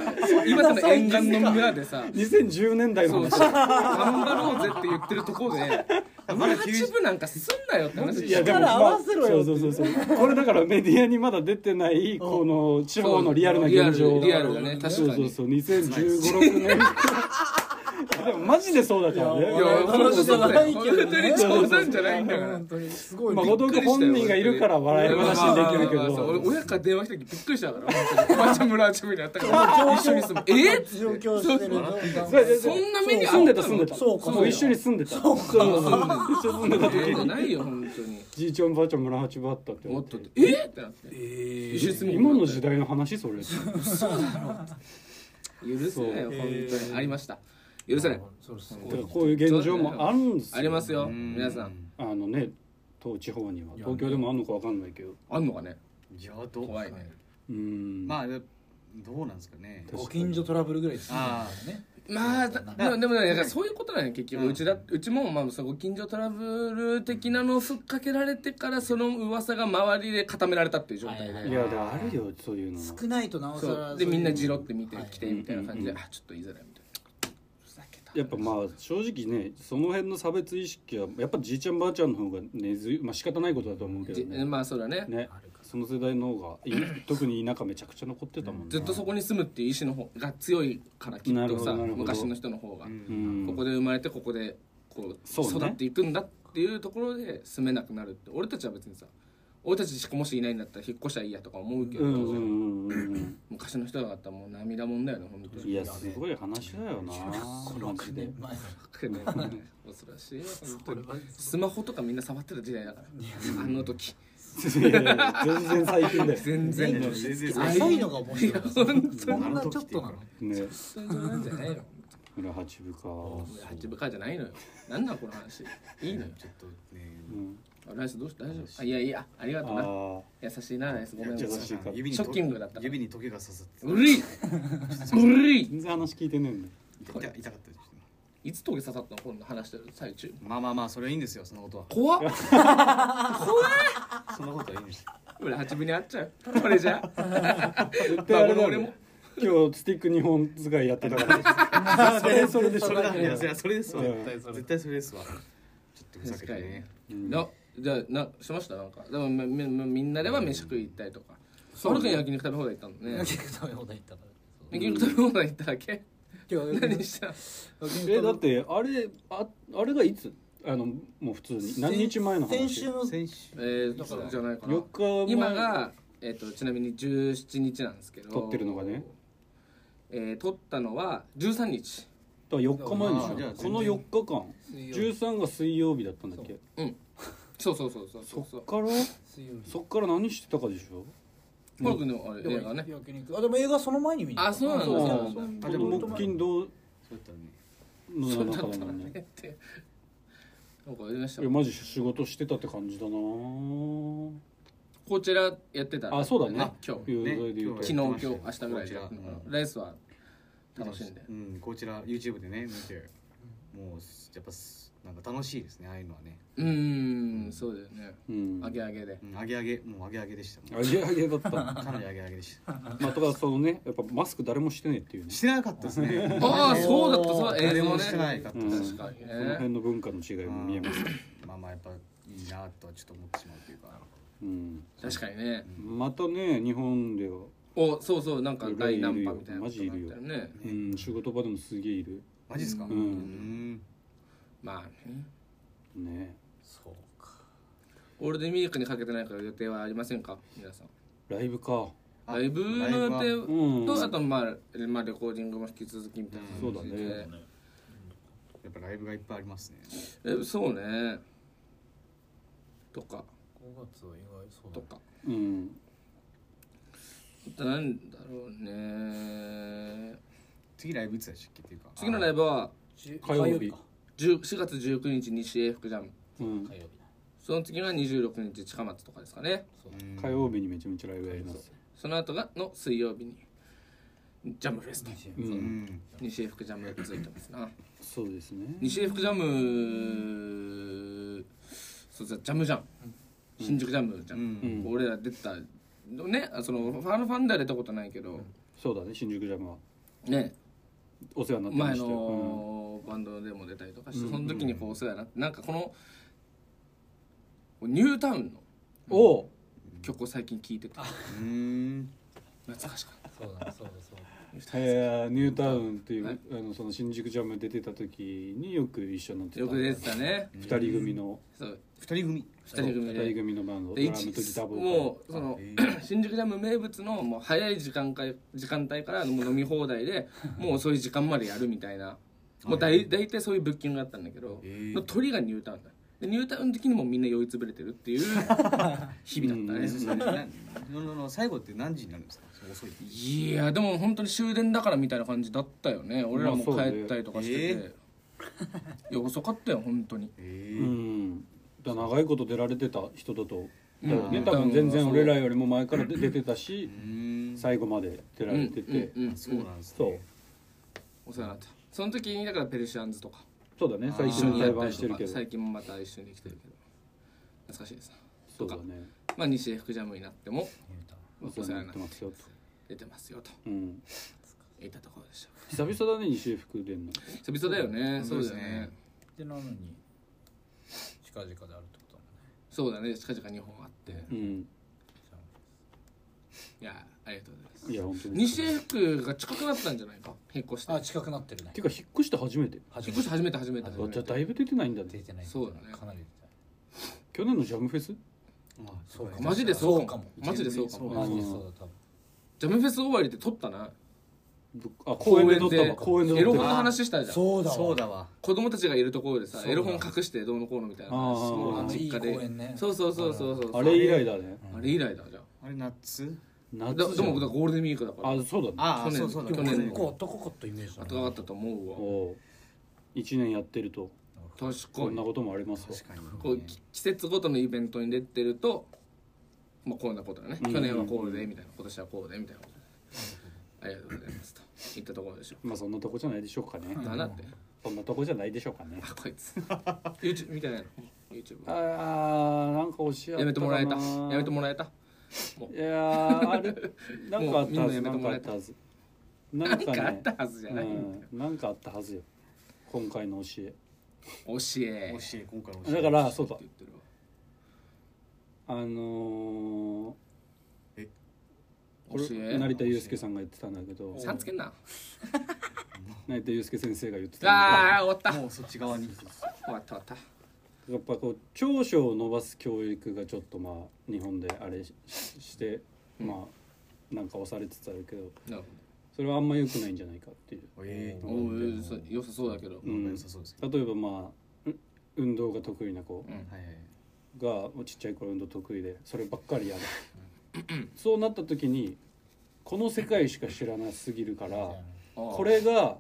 [SPEAKER 1] 今多分沿岸の村でさ
[SPEAKER 3] 2010年代の
[SPEAKER 1] そう
[SPEAKER 3] 話
[SPEAKER 1] そう頑張ろうぜって言ってるところで村八分なんかすんなよって話
[SPEAKER 3] いやでも、ま
[SPEAKER 5] 力
[SPEAKER 3] あ
[SPEAKER 5] 合わせろよって
[SPEAKER 3] そうそうそうそうこれだからメディアにまだ出てないこの地方のリアルな現
[SPEAKER 1] リア
[SPEAKER 3] 状
[SPEAKER 1] ルリアルだね確かに
[SPEAKER 3] そうそうそう201516年 でもマジでそうだから
[SPEAKER 1] い
[SPEAKER 3] ね
[SPEAKER 1] や本当にそうだよ
[SPEAKER 5] い
[SPEAKER 1] 本
[SPEAKER 5] や俺
[SPEAKER 1] 当に冗談じゃないんだから
[SPEAKER 5] 本当にすごい
[SPEAKER 3] まあ
[SPEAKER 5] ね
[SPEAKER 3] 後藤君本人がいるから笑い話にできるけ
[SPEAKER 1] まあまあまあまあ俺
[SPEAKER 3] ど
[SPEAKER 1] 親から電話した時びっくりしたから本当におばあちゃん村八分になったから一緒 に住むえっ
[SPEAKER 5] 状況してる
[SPEAKER 3] それで
[SPEAKER 1] そんな目に
[SPEAKER 3] 住んでた
[SPEAKER 1] あった
[SPEAKER 3] 住
[SPEAKER 1] の
[SPEAKER 3] んでた
[SPEAKER 5] そうか
[SPEAKER 3] もう一緒に住んでたそうそうそう一緒に住んでた 時
[SPEAKER 1] て
[SPEAKER 3] に
[SPEAKER 1] ないよ本当に
[SPEAKER 3] じいちゃんばあちゃん村八分あったって
[SPEAKER 1] もっとってえっってなって
[SPEAKER 2] え
[SPEAKER 1] 一緒に住む
[SPEAKER 3] 今の時代の話それ
[SPEAKER 1] 許せないよ
[SPEAKER 2] そ
[SPEAKER 1] 本当
[SPEAKER 2] うえ
[SPEAKER 1] に
[SPEAKER 2] ー
[SPEAKER 1] ありました許せない
[SPEAKER 2] そうです
[SPEAKER 3] こういう現状もあるんですよ
[SPEAKER 1] ありますよ
[SPEAKER 4] うん
[SPEAKER 1] 皆さん
[SPEAKER 3] あのね東地方にはい
[SPEAKER 2] や
[SPEAKER 3] 東京でもあんのかわかんないけど
[SPEAKER 1] あんのかね
[SPEAKER 4] いやどう
[SPEAKER 1] 怖いね
[SPEAKER 3] うーん
[SPEAKER 4] まあどうなんですかね
[SPEAKER 3] 確かに
[SPEAKER 2] ご近所トラブルぐらいですね
[SPEAKER 4] あ
[SPEAKER 2] ね
[SPEAKER 1] まあだでもでもねだからそういうことなんや結局、うちだうちもまあそのご近所トラブル的なのをふっかけられてからその噂が周りで固められたっていう状態で、
[SPEAKER 2] はい
[SPEAKER 3] いやでもあるよそういうの
[SPEAKER 5] 少ないとなおさ
[SPEAKER 1] そ
[SPEAKER 5] ら
[SPEAKER 1] うでみんなじろ
[SPEAKER 5] っ
[SPEAKER 1] って見てきてみたいな感じで、あちょっと言いづらいみたいなふざけた
[SPEAKER 3] やっぱまあ正直ねその辺の差別意識はやっぱじいちゃんばあちゃんの方が根強いまあ仕方ないことだと思うけ
[SPEAKER 1] じ
[SPEAKER 3] どね
[SPEAKER 1] まあそうだね
[SPEAKER 3] ねその世代の方 がい特に田舎めちゃくちゃ残ってたもんね
[SPEAKER 1] ずっとそこに住むっていう意志の方が強いからきっ
[SPEAKER 3] なる
[SPEAKER 1] と
[SPEAKER 3] ほ
[SPEAKER 1] さ
[SPEAKER 3] どなるほど
[SPEAKER 1] 昔の人の方が、
[SPEAKER 4] うん
[SPEAKER 3] うん
[SPEAKER 1] ここで生まれてここでこう
[SPEAKER 3] そうね
[SPEAKER 1] 育っていくんだっていうところで住めなくなるって俺たちは別にさ俺たちしかもしいないんだったら引っ越したらいいやとか思うけど、
[SPEAKER 3] うんうんうんうん
[SPEAKER 1] 昔の人だったらもう涙もんだよね本当
[SPEAKER 3] うん
[SPEAKER 1] に
[SPEAKER 3] いやすごい話だよなマジで
[SPEAKER 5] 前
[SPEAKER 1] けどね恐ろしいよ本当に
[SPEAKER 2] これは
[SPEAKER 1] スマホとかみんな触ってた時代だからあの時
[SPEAKER 3] いやいや全然最近だ よ
[SPEAKER 1] 全然
[SPEAKER 4] 全然
[SPEAKER 5] 浅いのが面白いな
[SPEAKER 2] そんなちょっとなの
[SPEAKER 3] ね
[SPEAKER 1] 全然なんじゃないの
[SPEAKER 3] 村八分か
[SPEAKER 1] 八部かじゃないのよなんなんこの話いいのよ
[SPEAKER 4] ちょっとね
[SPEAKER 3] うん
[SPEAKER 1] あライスどうした大丈夫あいやいやありがとうな
[SPEAKER 3] あ
[SPEAKER 1] 優しいなライスごめん
[SPEAKER 3] 優
[SPEAKER 1] う
[SPEAKER 3] しいから
[SPEAKER 4] 指に
[SPEAKER 1] ショッキングだった
[SPEAKER 4] 指に時計が刺さって
[SPEAKER 1] るいうるい
[SPEAKER 3] 全然話聞いてねえんだよ
[SPEAKER 4] 痛痛かったです
[SPEAKER 1] いつ棘刺さったのこんな話してる最中
[SPEAKER 4] まあまあまあそれはいいんですよそのことは
[SPEAKER 1] 怖っ
[SPEAKER 4] そのことはいいんです
[SPEAKER 1] 俺八部に会っちゃうこれじゃ
[SPEAKER 3] 絶 対あれだよ
[SPEAKER 1] 俺
[SPEAKER 3] ね
[SPEAKER 1] も
[SPEAKER 3] 今日スティック2本使いやってたか らそれそれでしょ
[SPEAKER 4] それだいやそれそれですわ
[SPEAKER 3] うん
[SPEAKER 4] 絶対それ絶対それですわちょっとふざけてね
[SPEAKER 3] うん
[SPEAKER 1] なじゃあなしましたなんかでもみみみんなでは飯食い行ったりとかその時焼肉食べ放題行ったのね
[SPEAKER 5] 焼肉食べ放題行ったから
[SPEAKER 1] 焼肉食べ放題行っただけ
[SPEAKER 5] 今日
[SPEAKER 1] 何した
[SPEAKER 3] えだってあれああれがいつあのもう普通に何日前の話
[SPEAKER 5] 先週の
[SPEAKER 4] 先週
[SPEAKER 1] えー、そうじゃないかな
[SPEAKER 3] 4日前
[SPEAKER 1] 今が、えっとちなみに17日なんですけど
[SPEAKER 3] 撮ってるのがね、
[SPEAKER 1] えー、撮ったのは13日
[SPEAKER 3] だから4日前
[SPEAKER 4] まあじゃあ
[SPEAKER 3] でしょこの4日間
[SPEAKER 5] 水曜日
[SPEAKER 3] 13が水曜日だったんだっけ
[SPEAKER 1] そうそうそうそう
[SPEAKER 3] そ
[SPEAKER 1] そう
[SPEAKER 3] っから
[SPEAKER 5] 水曜日
[SPEAKER 3] そっから何してたかでしょ
[SPEAKER 1] コロ君のあれ映画ね
[SPEAKER 5] 焼肉あでも映画その前に見に行った
[SPEAKER 1] あそうなんだ
[SPEAKER 3] そう
[SPEAKER 1] そうなん
[SPEAKER 4] あでも
[SPEAKER 3] 木金土
[SPEAKER 4] そうだったらね
[SPEAKER 1] だそ
[SPEAKER 3] の
[SPEAKER 1] うだ
[SPEAKER 3] 中
[SPEAKER 1] っ
[SPEAKER 3] だ
[SPEAKER 1] た
[SPEAKER 3] も
[SPEAKER 1] ら
[SPEAKER 3] ん
[SPEAKER 1] ね
[SPEAKER 3] ね
[SPEAKER 1] ってなんかありました
[SPEAKER 3] いやマジ仕事してたって感じだなぁ
[SPEAKER 1] こちらやってた
[SPEAKER 3] あそうだね
[SPEAKER 1] 今日
[SPEAKER 3] 有罪で言う
[SPEAKER 4] ね
[SPEAKER 3] と
[SPEAKER 1] 昨日今日明日ぐらいで
[SPEAKER 4] こちら
[SPEAKER 1] うんライスは楽しんで
[SPEAKER 4] うんこちら YouTube でね見てもうやっぱすなんか楽しいですねああいうのはね
[SPEAKER 1] うーんそうだよね
[SPEAKER 3] うん
[SPEAKER 1] あげあげで
[SPEAKER 4] うん上げ上げもう上げ上げでしたも
[SPEAKER 3] あげあげだった
[SPEAKER 4] うかなり上げ上げでした
[SPEAKER 3] まあとかそのねやっぱマスク誰もしてねえっていうね
[SPEAKER 4] してなかったで すね
[SPEAKER 1] ああそうだったそう映
[SPEAKER 4] 誰
[SPEAKER 1] 像
[SPEAKER 4] も
[SPEAKER 1] ね
[SPEAKER 4] してないかった
[SPEAKER 3] うん
[SPEAKER 1] 確かに
[SPEAKER 3] その
[SPEAKER 1] ね
[SPEAKER 3] 辺の文化の違いも見えます
[SPEAKER 4] まあまあやっぱいいなとはちょっと思ってしまうというか
[SPEAKER 3] うん
[SPEAKER 1] 確かにね
[SPEAKER 3] またね日本では、
[SPEAKER 1] おそうそうなんか大ナンパみたいな
[SPEAKER 3] マ
[SPEAKER 1] こと
[SPEAKER 3] ジいる
[SPEAKER 1] にな
[SPEAKER 3] よ
[SPEAKER 1] ったよね
[SPEAKER 3] うん、仕事場でもすげえいる
[SPEAKER 4] マジですか
[SPEAKER 1] うん
[SPEAKER 4] うん
[SPEAKER 1] まあね
[SPEAKER 3] ね
[SPEAKER 5] そうか
[SPEAKER 1] ゴールデンウィークにかけてないから予定はありませんか皆さん
[SPEAKER 3] ライブか
[SPEAKER 4] あ
[SPEAKER 1] ライブの予
[SPEAKER 4] ライブは
[SPEAKER 1] 定
[SPEAKER 3] うん
[SPEAKER 1] とあとまあまあレコーディングも引き続きみたいな
[SPEAKER 3] そう
[SPEAKER 1] 感
[SPEAKER 3] だ
[SPEAKER 1] じで
[SPEAKER 3] ね
[SPEAKER 4] やっぱライブがいっぱいありますね
[SPEAKER 1] えそうねとか
[SPEAKER 5] 5月は意外そう
[SPEAKER 1] と
[SPEAKER 5] だ
[SPEAKER 1] か
[SPEAKER 3] うん
[SPEAKER 1] あとなんだろうね
[SPEAKER 4] 次ライブいつでしたっけっていうか
[SPEAKER 1] 次のライブは
[SPEAKER 5] じ
[SPEAKER 3] 火曜日
[SPEAKER 5] か
[SPEAKER 1] 10 4月19日西英福ジャム
[SPEAKER 3] うん
[SPEAKER 5] 火曜日だ
[SPEAKER 1] その次が26日近松とかですかね
[SPEAKER 4] うん
[SPEAKER 3] 火曜日にめちゃめちゃライブやります
[SPEAKER 1] その後がの水曜日にジャムフェスト
[SPEAKER 3] う
[SPEAKER 4] うんん
[SPEAKER 1] 西英福ジャムついてますな
[SPEAKER 3] そうですね
[SPEAKER 1] 西英福ジャムそうそうジャムジャン新宿ジャムじゃ、
[SPEAKER 4] うんん
[SPEAKER 3] うん
[SPEAKER 1] 俺ら出たのねあそのファンファンでは出たことないけど、
[SPEAKER 3] そうだね新宿ジャムは
[SPEAKER 1] ね
[SPEAKER 3] お世話になっ
[SPEAKER 1] 前
[SPEAKER 3] てましたよ、
[SPEAKER 1] のバンドでも出たりとかして、その時にこうお世話になってなんかこのこうニュータウンの
[SPEAKER 3] うん、お
[SPEAKER 1] 曲を最近聴いてて
[SPEAKER 4] うん
[SPEAKER 1] 懐かしかった
[SPEAKER 5] そうだそうだそうだ
[SPEAKER 3] えー、ニュータウンっていう、
[SPEAKER 1] はい
[SPEAKER 3] あのその新宿ジャム出てた時によく一緒になってた
[SPEAKER 1] よく出てたね
[SPEAKER 3] 二人組の
[SPEAKER 1] そう
[SPEAKER 4] 二人組
[SPEAKER 1] 2人組
[SPEAKER 3] 二人
[SPEAKER 1] で
[SPEAKER 3] 組のバンド
[SPEAKER 1] で
[SPEAKER 3] ドラムとギ
[SPEAKER 1] 一
[SPEAKER 3] ターボーカル
[SPEAKER 1] もうその
[SPEAKER 4] え
[SPEAKER 1] 新宿ジャム名物のもう早い時間か時間帯からもう飲み放題 でもう遅い時間までやるみたいなもうだい大体そういうブッキングだったんだけど、
[SPEAKER 4] えー
[SPEAKER 1] の鳥がニュータウンだでニュータウン的にもみんな酔いつぶれてるって いう日々だったね、
[SPEAKER 4] ののの最後って何時になるんですか遅い
[SPEAKER 1] いやでも本当に終電だからみたいな感じだったよね俺らも
[SPEAKER 3] まあそうね
[SPEAKER 1] 帰ったりとかしてて、いや遅かったよ本当に
[SPEAKER 4] え
[SPEAKER 3] うんだから長いこと出られてた人だと、
[SPEAKER 1] うん
[SPEAKER 3] だよね多分全然俺らよりも前から出出てたし
[SPEAKER 4] う、ーん
[SPEAKER 3] 最後まで出られてて、
[SPEAKER 1] うんうんうん
[SPEAKER 4] そうなんです
[SPEAKER 3] そう
[SPEAKER 4] ね
[SPEAKER 1] お世話になったその時にだからペルシアンズとか
[SPEAKER 3] そうだね最
[SPEAKER 1] 一
[SPEAKER 3] 近
[SPEAKER 1] 緒
[SPEAKER 3] の
[SPEAKER 1] にやっ
[SPEAKER 3] 対
[SPEAKER 1] た
[SPEAKER 3] バン
[SPEAKER 1] り
[SPEAKER 3] して
[SPEAKER 1] と
[SPEAKER 3] る
[SPEAKER 1] か
[SPEAKER 3] けど
[SPEAKER 1] 最近もまた一緒に来てるけど懐かしいですな
[SPEAKER 3] そうだね
[SPEAKER 1] まあ西 F ジャムになっても
[SPEAKER 3] お世話になってますよと、
[SPEAKER 1] 出てますよと
[SPEAKER 3] うん、
[SPEAKER 1] 言ったところでした
[SPEAKER 3] 久々だね西服出んの
[SPEAKER 1] 久々だよねそ
[SPEAKER 4] そう
[SPEAKER 1] う
[SPEAKER 4] で
[SPEAKER 1] だ
[SPEAKER 4] す
[SPEAKER 1] よ
[SPEAKER 4] ね
[SPEAKER 1] ね
[SPEAKER 5] でなのに近々であるってことだもんね
[SPEAKER 1] そうだね近々2本あって
[SPEAKER 3] うん
[SPEAKER 1] いやありがとうございます
[SPEAKER 3] いや本当に
[SPEAKER 1] 西 F が近くなったんじゃないか引っ越して
[SPEAKER 5] あ近くなってるね
[SPEAKER 3] ていうか引っ越して初めて
[SPEAKER 5] 初
[SPEAKER 1] 引
[SPEAKER 5] め
[SPEAKER 1] って越して初めて初めて
[SPEAKER 5] あ
[SPEAKER 1] 初
[SPEAKER 3] あ
[SPEAKER 1] め
[SPEAKER 3] じゃあ
[SPEAKER 1] て
[SPEAKER 3] だいぶ出てないんだ
[SPEAKER 5] 出
[SPEAKER 3] ね
[SPEAKER 5] てない
[SPEAKER 1] そうだね
[SPEAKER 5] かなり出てない
[SPEAKER 3] 去年のジャムフェス
[SPEAKER 4] まあ
[SPEAKER 5] そうか
[SPEAKER 1] マジでそうか
[SPEAKER 5] か
[SPEAKER 1] も
[SPEAKER 5] も
[SPEAKER 1] マジでそうか
[SPEAKER 3] そ
[SPEAKER 1] も
[SPEAKER 3] う
[SPEAKER 5] マジでそうだ多分
[SPEAKER 1] ジャムフェス終わりで撮ったな
[SPEAKER 3] ぶっあ公園で撮ったわ公
[SPEAKER 1] 公
[SPEAKER 3] 園
[SPEAKER 1] 園
[SPEAKER 3] で
[SPEAKER 1] で
[SPEAKER 3] 撮
[SPEAKER 1] エ
[SPEAKER 3] っ
[SPEAKER 1] ロ
[SPEAKER 3] たわ
[SPEAKER 1] 本の話したじゃん
[SPEAKER 5] そうだわ
[SPEAKER 4] そうだわ
[SPEAKER 1] 子供たちがいるところでさ
[SPEAKER 5] そうだ
[SPEAKER 1] エロ本隠してどうのこうのみたいな
[SPEAKER 3] あー
[SPEAKER 1] そうあの実家
[SPEAKER 5] いい公園ね
[SPEAKER 1] でそうそうそうそうそう
[SPEAKER 3] あれ以来だね
[SPEAKER 1] あれ以来だじゃん
[SPEAKER 4] あれ夏
[SPEAKER 3] 夏
[SPEAKER 1] だ
[SPEAKER 3] じ
[SPEAKER 1] で
[SPEAKER 3] ゃん
[SPEAKER 1] もだゴールデンウィークだから
[SPEAKER 3] あそうだね
[SPEAKER 4] ああ
[SPEAKER 1] 去年
[SPEAKER 4] そうそうだ
[SPEAKER 1] 去
[SPEAKER 5] でも
[SPEAKER 1] 年
[SPEAKER 5] 結構暖かかったイメージだ
[SPEAKER 1] 暖
[SPEAKER 5] ね
[SPEAKER 1] かかったと思うわ
[SPEAKER 3] おう一年やってると
[SPEAKER 1] 確か
[SPEAKER 3] こんな
[SPEAKER 1] に
[SPEAKER 3] こともありますよ
[SPEAKER 4] 確かに
[SPEAKER 1] こうき季節ごとのイベントに出てるとまあこんなことだね
[SPEAKER 3] うん
[SPEAKER 1] 去年はこうでみたいな今年はこうでみたいなことありがとうございますと言ったところでしょ
[SPEAKER 3] まあそんなとこじゃないでしょうかね
[SPEAKER 1] だなって
[SPEAKER 3] そんなとこじゃないでしょうかね
[SPEAKER 1] あこい つ YouTube 見てないの YouTube
[SPEAKER 3] あーなんか教え
[SPEAKER 1] やめてもらえた
[SPEAKER 3] あったかな
[SPEAKER 1] やめてもらえた
[SPEAKER 3] いやーあれ なんかあった
[SPEAKER 1] もうみん
[SPEAKER 3] はず
[SPEAKER 1] なやめ
[SPEAKER 3] な
[SPEAKER 1] て
[SPEAKER 3] ん
[SPEAKER 1] も
[SPEAKER 3] からあ
[SPEAKER 1] え
[SPEAKER 3] っ
[SPEAKER 1] た
[SPEAKER 3] たはず
[SPEAKER 1] な
[SPEAKER 3] なんん
[SPEAKER 1] か
[SPEAKER 3] か
[SPEAKER 1] あっ
[SPEAKER 3] ね
[SPEAKER 1] たはずじゃ
[SPEAKER 3] う
[SPEAKER 1] ない
[SPEAKER 3] んなんかあったはずよ今回の教え
[SPEAKER 1] 教え
[SPEAKER 4] 教え今回教
[SPEAKER 3] だ
[SPEAKER 4] え
[SPEAKER 3] からそうだ
[SPEAKER 1] って言ってるわ
[SPEAKER 3] あのー、こ
[SPEAKER 1] 教
[SPEAKER 3] れ
[SPEAKER 1] え
[SPEAKER 3] 成田悠介さんが言ってたんだけど
[SPEAKER 1] さんつけんな
[SPEAKER 3] 成田悠介先生が言ってたんだけど
[SPEAKER 1] ああ終わった
[SPEAKER 4] もうそっち側に
[SPEAKER 1] 終わった終わった
[SPEAKER 3] やっぱこう長所を伸ばす教育がちょっとまあ日本であれししてまあなんか押されつつあるけど
[SPEAKER 1] なる
[SPEAKER 3] それはあんま良くないんじゃないかっていう
[SPEAKER 4] え
[SPEAKER 1] ほど おーそう良さそうだけど
[SPEAKER 4] えなんか良さそうですけど
[SPEAKER 3] 例えばまあう運動が得意な子
[SPEAKER 1] うん
[SPEAKER 4] はいはい
[SPEAKER 3] がもうちっちゃい頃運動得意でそればっかりやるそうなった時にこの世界しか知らなすぎるからこれが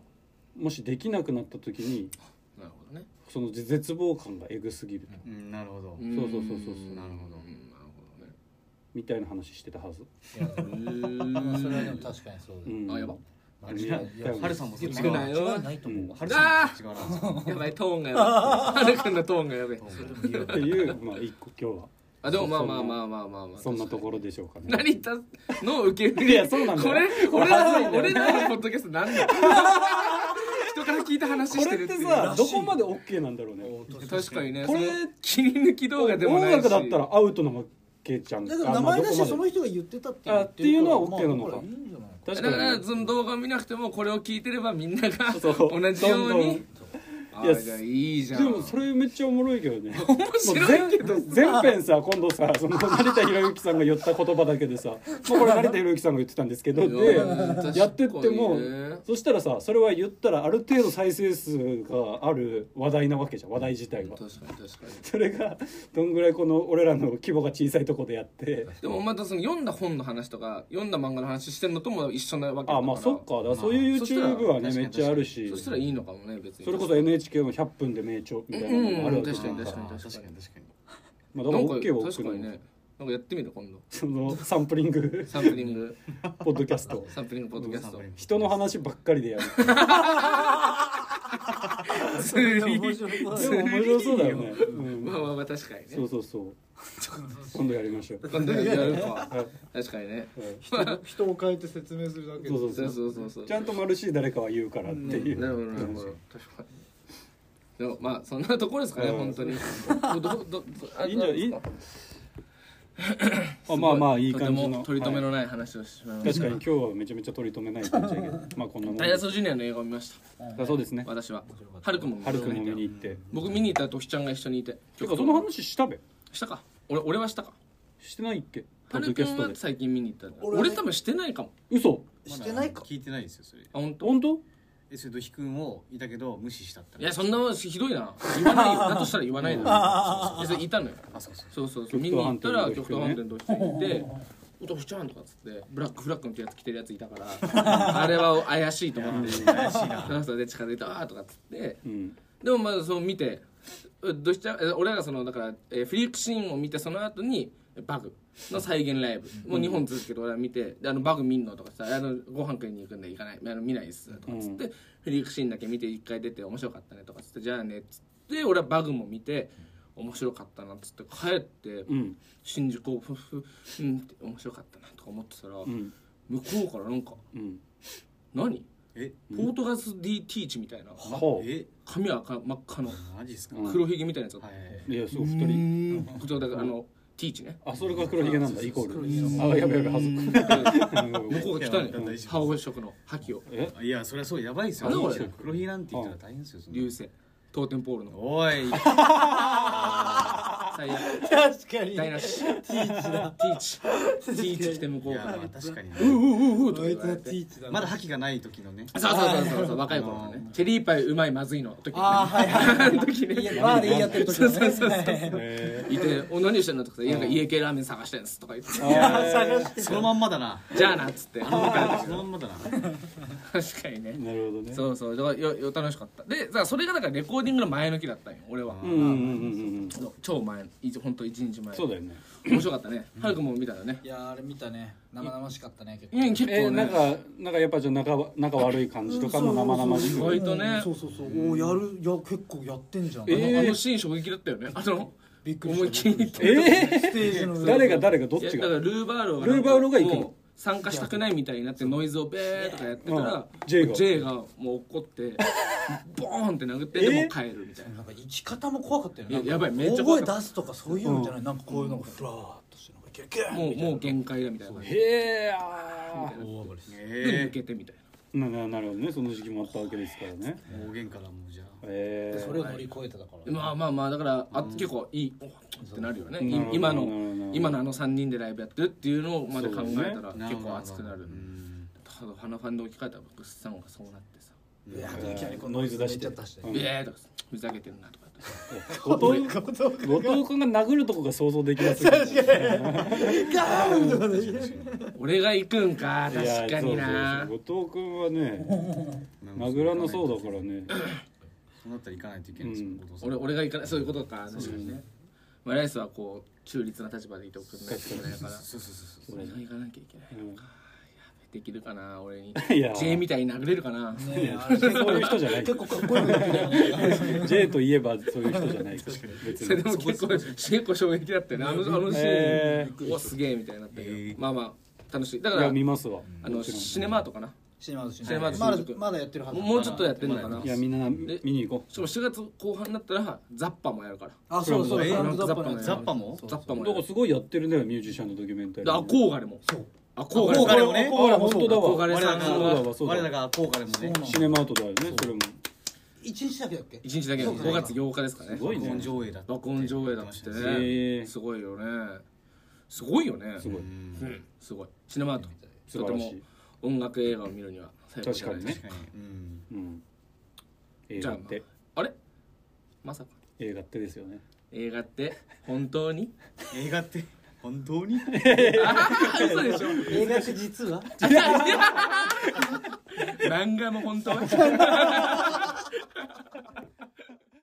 [SPEAKER 3] もしできなくなった時に
[SPEAKER 1] なるほどね
[SPEAKER 3] その絶望感がえぐすぎる
[SPEAKER 4] うんなるほど
[SPEAKER 3] そうそうそうそう
[SPEAKER 1] ーん
[SPEAKER 4] なるほど
[SPEAKER 1] うんな
[SPEAKER 3] みたいな話してたはず
[SPEAKER 5] いや
[SPEAKER 1] るほど
[SPEAKER 5] まあ
[SPEAKER 1] ね
[SPEAKER 5] それはでも確かにそうだ
[SPEAKER 3] うん
[SPEAKER 1] あやば
[SPEAKER 5] 間違いいや
[SPEAKER 3] うん
[SPEAKER 4] ハルさんもそっち
[SPEAKER 1] 少
[SPEAKER 4] 側
[SPEAKER 1] な
[SPEAKER 4] ハ
[SPEAKER 1] い
[SPEAKER 4] ル
[SPEAKER 1] よ
[SPEAKER 5] 間違いないと思うわ
[SPEAKER 4] さんもそっち側なんですよ
[SPEAKER 1] やばいトーンがやば いはるくんのトーンがやばい
[SPEAKER 3] っていうまあ一個今日は
[SPEAKER 1] あでもまあまあまあまあまあまあ
[SPEAKER 3] そんなところでしょうかね
[SPEAKER 1] 成田の受け売
[SPEAKER 3] い
[SPEAKER 1] り
[SPEAKER 3] やそうなんだよ
[SPEAKER 1] これ
[SPEAKER 3] これ
[SPEAKER 1] 俺ら
[SPEAKER 3] 恥ずい
[SPEAKER 1] の
[SPEAKER 3] んだよ
[SPEAKER 1] 俺らのポッドキャストなんだ よ人から聞いた話
[SPEAKER 3] こ
[SPEAKER 1] して
[SPEAKER 3] れ
[SPEAKER 1] る
[SPEAKER 3] っ
[SPEAKER 1] って
[SPEAKER 3] て
[SPEAKER 1] いう
[SPEAKER 3] さどこまで OK なんだろうね
[SPEAKER 1] 確かにね
[SPEAKER 3] これ
[SPEAKER 1] その切り抜き動画でもないし
[SPEAKER 3] 音楽だったらアウトなわけじゃん
[SPEAKER 5] だけど
[SPEAKER 3] あ
[SPEAKER 5] 名
[SPEAKER 3] まあ
[SPEAKER 5] 前出して
[SPEAKER 3] ど
[SPEAKER 5] そ
[SPEAKER 3] こま
[SPEAKER 5] の人が言ってたって
[SPEAKER 3] あっていうのは
[SPEAKER 5] まあ
[SPEAKER 3] OK なのか
[SPEAKER 5] だらいいんじゃない
[SPEAKER 3] で確
[SPEAKER 1] だか
[SPEAKER 3] からに
[SPEAKER 1] その動画見なくてもこれを聞いてればみんなが
[SPEAKER 3] そう
[SPEAKER 1] 同じよう
[SPEAKER 3] どんど
[SPEAKER 1] に
[SPEAKER 3] ん
[SPEAKER 1] あ
[SPEAKER 3] いや
[SPEAKER 1] ーじゃあいいじゃん
[SPEAKER 3] でもそれめっちゃおもろいけどね
[SPEAKER 1] 面白いけど
[SPEAKER 3] もう全全編さ今度さその成田博之さんが言った言葉だけでさもうこれ成田博之さんが言ってたんですけどで
[SPEAKER 1] うん
[SPEAKER 3] やってって
[SPEAKER 1] 確
[SPEAKER 3] も
[SPEAKER 1] かにね
[SPEAKER 3] そしたらさそれは言ったらある程度再生数がある話題なわけじゃん話題自体は
[SPEAKER 1] 確かに確かに
[SPEAKER 3] それがどんぐらいこの俺らの規模が小さいとこでやって
[SPEAKER 1] でもまたその読んだ本の話とか読んだ漫画の話してるのとも一緒なわけだから
[SPEAKER 3] あまあそっかだからそういう
[SPEAKER 1] そしたら
[SPEAKER 3] YouTube はね
[SPEAKER 4] 確か
[SPEAKER 3] め
[SPEAKER 4] に
[SPEAKER 3] っちゃあるし
[SPEAKER 1] そしたらいいのかもね別に
[SPEAKER 3] それこそ NHK の「100分で名著」みたいなのもあるわけじゃ
[SPEAKER 1] うん
[SPEAKER 3] ん
[SPEAKER 1] うん
[SPEAKER 3] か
[SPEAKER 1] 確かに
[SPEAKER 4] あー確かに確かに
[SPEAKER 3] まあだ
[SPEAKER 1] な
[SPEAKER 3] から
[SPEAKER 1] んか
[SPEAKER 3] OK は
[SPEAKER 1] 確かに
[SPEAKER 3] OK なの
[SPEAKER 1] ねなんかやってみる今度
[SPEAKER 3] そのサンプリング
[SPEAKER 1] サンプリング
[SPEAKER 3] ポッドキャスト
[SPEAKER 1] サンプリングポッドキャスト
[SPEAKER 3] 人の話ばっかりでやる
[SPEAKER 1] ツーリー
[SPEAKER 3] でも面白そうだよね、うん
[SPEAKER 1] まあまあまあ確かに
[SPEAKER 3] そ
[SPEAKER 1] ね
[SPEAKER 3] うそうそう今度やりましょう
[SPEAKER 1] 今度やるか
[SPEAKER 3] はい
[SPEAKER 1] 確かにね
[SPEAKER 3] はい
[SPEAKER 6] 人を変えて説明するだけ
[SPEAKER 3] そうそ
[SPEAKER 1] そ
[SPEAKER 3] う
[SPEAKER 1] う
[SPEAKER 3] そ
[SPEAKER 1] そ
[SPEAKER 3] う
[SPEAKER 1] うそうそう
[SPEAKER 3] ちゃんとマルシー誰かは言うからっていう、
[SPEAKER 1] なるほどなるほど確かにでもまあそんなところですかね
[SPEAKER 3] うん
[SPEAKER 1] 本当 にどどどあ
[SPEAKER 3] いいんじゃないいい
[SPEAKER 1] どうですか
[SPEAKER 3] あまあまあいい感じ
[SPEAKER 1] とて
[SPEAKER 3] の
[SPEAKER 1] も取り留め
[SPEAKER 3] は
[SPEAKER 1] のない話をしてまいま
[SPEAKER 3] い
[SPEAKER 1] し
[SPEAKER 3] 確
[SPEAKER 1] た
[SPEAKER 3] かに今日はめちゃめちゃ取り留めない感じだけどまあこんなもん
[SPEAKER 1] ダイ
[SPEAKER 3] だ
[SPEAKER 1] ヤソージュニアの映画を見ました
[SPEAKER 3] そうですね
[SPEAKER 1] 私はハルくんも
[SPEAKER 3] はるくんも
[SPEAKER 1] 見
[SPEAKER 3] 見
[SPEAKER 1] に
[SPEAKER 3] に
[SPEAKER 1] 行っ
[SPEAKER 3] 行って
[SPEAKER 1] た僕見に行ったらときちゃんが一緒にいて
[SPEAKER 3] てかその話したべ
[SPEAKER 1] したか俺俺はしたか
[SPEAKER 3] してないっけ
[SPEAKER 1] ハ
[SPEAKER 3] ポッ
[SPEAKER 1] ル
[SPEAKER 3] ドキ
[SPEAKER 1] く
[SPEAKER 3] ャ
[SPEAKER 1] ん
[SPEAKER 3] スト
[SPEAKER 1] は
[SPEAKER 3] で
[SPEAKER 1] 最近見に行ったんだ
[SPEAKER 5] 俺
[SPEAKER 1] 俺,、
[SPEAKER 5] はね
[SPEAKER 1] 多分してないかも
[SPEAKER 3] 嘘
[SPEAKER 5] してないか
[SPEAKER 4] 聞いてないですよそれ
[SPEAKER 1] あ本当
[SPEAKER 3] 本当
[SPEAKER 4] えそれ土肥くんをいたけど無視したって
[SPEAKER 1] いやそんなもんひどいな言わないよだとしたら言わないだろいやそれいたのよ
[SPEAKER 4] あそうそう
[SPEAKER 1] そうそうそう
[SPEAKER 3] 極
[SPEAKER 1] 見
[SPEAKER 3] 東
[SPEAKER 1] に行ったら
[SPEAKER 3] 飯
[SPEAKER 1] 極
[SPEAKER 3] 店
[SPEAKER 1] 東
[SPEAKER 3] の
[SPEAKER 1] 飯
[SPEAKER 3] 人
[SPEAKER 1] 店と一緒にいて「おとふちゃん」とかっつってブラックフラッグの T やつ着てるやついたからあれは怪しいと思って怪しいなで近づいて「ああ」とかっつって
[SPEAKER 3] うん
[SPEAKER 1] でもまあそう見てえどうしちゃうえ俺らがそのだから、えーフリクシーンを見てその後にバグの再現ライブもう2本続けて俺は見てであのバグ見んのとかさあのご飯食いに行くんで行かないあの見ないっすとかっつって、フリクシーンだけ見て1回出て面白かったねとかっつってじゃあねっつって俺はバグも見て面白かったなっつって帰って
[SPEAKER 3] うん
[SPEAKER 1] 新宿をふっふうんって面白かったなとか思ってたら、
[SPEAKER 3] うん
[SPEAKER 1] 向こうからなんか
[SPEAKER 3] うん
[SPEAKER 1] 何
[SPEAKER 4] え
[SPEAKER 1] ポートガス D ティーチみたいな
[SPEAKER 3] は
[SPEAKER 4] え
[SPEAKER 1] 髪赤真っ赤の
[SPEAKER 4] マジですか
[SPEAKER 3] うん
[SPEAKER 1] 黒ひげみたいなやつだった
[SPEAKER 4] はい
[SPEAKER 3] あいやそう太り
[SPEAKER 1] こちらだからあのティーチね
[SPEAKER 3] あそれが黒ひげなんだイコ
[SPEAKER 2] 黒ひげ
[SPEAKER 3] ールあやべやべはず
[SPEAKER 1] 向こうが来たね
[SPEAKER 4] いや大丈夫
[SPEAKER 1] 羽織色の覇気を
[SPEAKER 3] え
[SPEAKER 4] いやそれはそうやばいですよ
[SPEAKER 1] なんだこれ
[SPEAKER 4] 黒ひげなんて言ったら大変ですよそんな
[SPEAKER 1] 流星トーテンポールの
[SPEAKER 4] おい
[SPEAKER 1] 最悪
[SPEAKER 6] 確かに
[SPEAKER 1] 台無しティーチだティーチティーチ来て向こ
[SPEAKER 4] いうや
[SPEAKER 1] から
[SPEAKER 4] まあ確かにね
[SPEAKER 1] うううううとか
[SPEAKER 6] こい
[SPEAKER 1] 言
[SPEAKER 6] つ
[SPEAKER 1] われ
[SPEAKER 6] はテ
[SPEAKER 1] て
[SPEAKER 6] ィーチだ
[SPEAKER 4] まだ
[SPEAKER 6] だ
[SPEAKER 4] 覇気がない時のね
[SPEAKER 1] そうそうそうそうそう若い頃のねチェリーパイうまいまずいの時
[SPEAKER 7] あーはいはい
[SPEAKER 1] の 時ね
[SPEAKER 7] バーで言い合ってる時のね
[SPEAKER 1] そうそうそうそう
[SPEAKER 3] え
[SPEAKER 1] いて「お何してんの?」とかさ「なんか家系ラーメン探してんす」とか言って
[SPEAKER 3] ー あ
[SPEAKER 4] そのまんまだな
[SPEAKER 1] 「じゃあな」っつって
[SPEAKER 4] そのまんまだな
[SPEAKER 1] 確かにね
[SPEAKER 3] ーなるほどね
[SPEAKER 1] そうそうだからよよ楽しかったでだからそれがだからレコーディングの前の日だったんよ俺は
[SPEAKER 3] うんうんうんうんうん
[SPEAKER 1] そう超前いつ本当一日前
[SPEAKER 3] そうだよね
[SPEAKER 1] 面白かったね早くも見たらね
[SPEAKER 5] いやーあれ見たね生々しかったね結
[SPEAKER 1] うん結構ね
[SPEAKER 3] えーなんかなんかやっぱじゃあ仲は仲悪い感じとかも生々し
[SPEAKER 1] 意
[SPEAKER 3] く
[SPEAKER 1] 外とね
[SPEAKER 7] そうそうそうおーやるいや結構やってんじゃん
[SPEAKER 1] あの
[SPEAKER 3] えー
[SPEAKER 1] あのシーン衝撃だったよねあの
[SPEAKER 7] びっくり
[SPEAKER 1] 思いっ
[SPEAKER 7] した
[SPEAKER 1] きり
[SPEAKER 3] えー
[SPEAKER 7] ステージの上
[SPEAKER 3] 誰が誰がどっ
[SPEAKER 1] いや
[SPEAKER 3] ち
[SPEAKER 1] だか
[SPEAKER 3] が
[SPEAKER 1] らルーバーローが
[SPEAKER 3] ルーバーローが行くの
[SPEAKER 1] もう参加したくないみたいになってノイズをベーとかやってた
[SPEAKER 3] うん
[SPEAKER 1] ら
[SPEAKER 3] J が
[SPEAKER 1] J がもう怒ってボーンって殴って
[SPEAKER 3] えー
[SPEAKER 1] でも帰るみたいな
[SPEAKER 5] なんか生き方も怖かったよね
[SPEAKER 1] いややばいめっちゃ
[SPEAKER 7] 大
[SPEAKER 1] 怖
[SPEAKER 7] 声
[SPEAKER 1] かっ
[SPEAKER 7] 出すとかそういうのじゃないなんかこういうのがふらーっとしてなんかいけいけ
[SPEAKER 1] たもうもう限界だみたいな感じ
[SPEAKER 3] へえあ
[SPEAKER 5] 大暴れです
[SPEAKER 1] で
[SPEAKER 4] え
[SPEAKER 1] 抜けてみたい
[SPEAKER 3] ーなななるほどねその時期もあったわけですからね
[SPEAKER 4] え大喧嘩だもんじゃあ
[SPEAKER 3] えー
[SPEAKER 5] それを乗り越えてたから
[SPEAKER 1] なまあまあまあだからあ結構いいおってなるよねい
[SPEAKER 3] なるほど
[SPEAKER 1] 今
[SPEAKER 3] なるほどなるほ
[SPEAKER 1] の
[SPEAKER 3] ど
[SPEAKER 1] 今のあの3人でライブやってるっていうのまで考えたら
[SPEAKER 4] な
[SPEAKER 1] 結構熱くなる
[SPEAKER 4] うん
[SPEAKER 1] ただ花ファンで置き換えたらグッサンがそうなってさ
[SPEAKER 5] いや
[SPEAKER 3] ー
[SPEAKER 5] いきなりこう
[SPEAKER 3] ノイズ出して
[SPEAKER 5] めっちゃ出して
[SPEAKER 1] 「
[SPEAKER 3] うん
[SPEAKER 1] ええ!」とかふざけてるなとか
[SPEAKER 3] 後藤後藤君が殴るとこが想像できますよね
[SPEAKER 7] ガーンとかで
[SPEAKER 1] 俺が行くんか
[SPEAKER 3] いや
[SPEAKER 1] 確かにな
[SPEAKER 3] そうそうそう後藤君はね
[SPEAKER 4] なんか
[SPEAKER 3] 殴らなそうだからね
[SPEAKER 4] そうなったら行かないといけないです
[SPEAKER 3] うん
[SPEAKER 4] 後藤さん
[SPEAKER 1] 俺俺が行かないそういうことか確かにねマライスはこう中立な立場でいておくんないといけないから
[SPEAKER 4] そうそうそうそう
[SPEAKER 1] 俺が行かなきゃいけないできるかな俺に
[SPEAKER 3] いや
[SPEAKER 1] J みたいに殴れるかな
[SPEAKER 5] ねあれ
[SPEAKER 3] そういう人じゃない
[SPEAKER 7] 結構かっこいいのやってたよね
[SPEAKER 3] J といえばそういう人じゃない別
[SPEAKER 1] それ
[SPEAKER 3] に
[SPEAKER 1] でも結構結構衝撃だったよねあのあのシ
[SPEAKER 3] え
[SPEAKER 1] ーンうわすげえみたいになったけど、まあまあ楽しいだ
[SPEAKER 3] い
[SPEAKER 1] か
[SPEAKER 3] や
[SPEAKER 1] ら
[SPEAKER 3] 見ますわ
[SPEAKER 1] あの
[SPEAKER 3] もちろん
[SPEAKER 1] シネマートかな
[SPEAKER 5] シネマズシ
[SPEAKER 1] シネマズ
[SPEAKER 7] まだまだやってるはず
[SPEAKER 1] もうちょっとやってんのかない
[SPEAKER 3] やみんな
[SPEAKER 1] え
[SPEAKER 3] 見に行こ
[SPEAKER 1] しかも4月後半になったらザッパもやるから
[SPEAKER 7] あそうそう
[SPEAKER 4] え
[SPEAKER 7] フランクザッパ
[SPEAKER 1] も
[SPEAKER 7] の
[SPEAKER 1] やる
[SPEAKER 7] や
[SPEAKER 4] ザッパも
[SPEAKER 1] そうザッパ
[SPEAKER 3] う
[SPEAKER 1] も
[SPEAKER 3] ど
[SPEAKER 1] や
[SPEAKER 3] こ
[SPEAKER 1] る
[SPEAKER 3] すごいやってるねミュージシャンのドキュメンタリ
[SPEAKER 1] で
[SPEAKER 3] ー
[SPEAKER 1] アコーガレも
[SPEAKER 7] そう
[SPEAKER 1] アコーガレ
[SPEAKER 4] 憧れ
[SPEAKER 3] れ
[SPEAKER 4] もね
[SPEAKER 3] 憧れ本当だ
[SPEAKER 1] 憧
[SPEAKER 3] わ
[SPEAKER 1] れさん
[SPEAKER 3] そうだ
[SPEAKER 1] は
[SPEAKER 3] わそう
[SPEAKER 4] 我
[SPEAKER 3] だ
[SPEAKER 4] ら
[SPEAKER 3] わ
[SPEAKER 4] が効果でもね
[SPEAKER 3] シネマートだよねそれも
[SPEAKER 7] 一日だけだっけ
[SPEAKER 1] 1日だけ
[SPEAKER 7] そうか
[SPEAKER 1] 5月8日ですかね
[SPEAKER 3] すごい
[SPEAKER 4] 録
[SPEAKER 3] ね
[SPEAKER 4] 音上映だって
[SPEAKER 1] 録音上映だっつって
[SPEAKER 3] へ
[SPEAKER 1] ね
[SPEAKER 3] え
[SPEAKER 1] すごいよねすごいよね
[SPEAKER 3] すごい
[SPEAKER 1] うんすごいシネマート
[SPEAKER 3] 素晴らしい
[SPEAKER 1] とても音楽映画を見るには最高
[SPEAKER 3] 確
[SPEAKER 1] じゃ
[SPEAKER 3] か
[SPEAKER 1] ない
[SPEAKER 3] に
[SPEAKER 1] です
[SPEAKER 3] ね
[SPEAKER 4] 確かにうん
[SPEAKER 3] うん映
[SPEAKER 1] じゃ
[SPEAKER 3] 画
[SPEAKER 1] あ
[SPEAKER 3] って
[SPEAKER 1] あれまさか
[SPEAKER 3] 映画ってですよね
[SPEAKER 1] 映画って本当に
[SPEAKER 4] 映画って本当に
[SPEAKER 1] あ嘘でしょ
[SPEAKER 7] 映画って実は
[SPEAKER 1] 漫画も本当は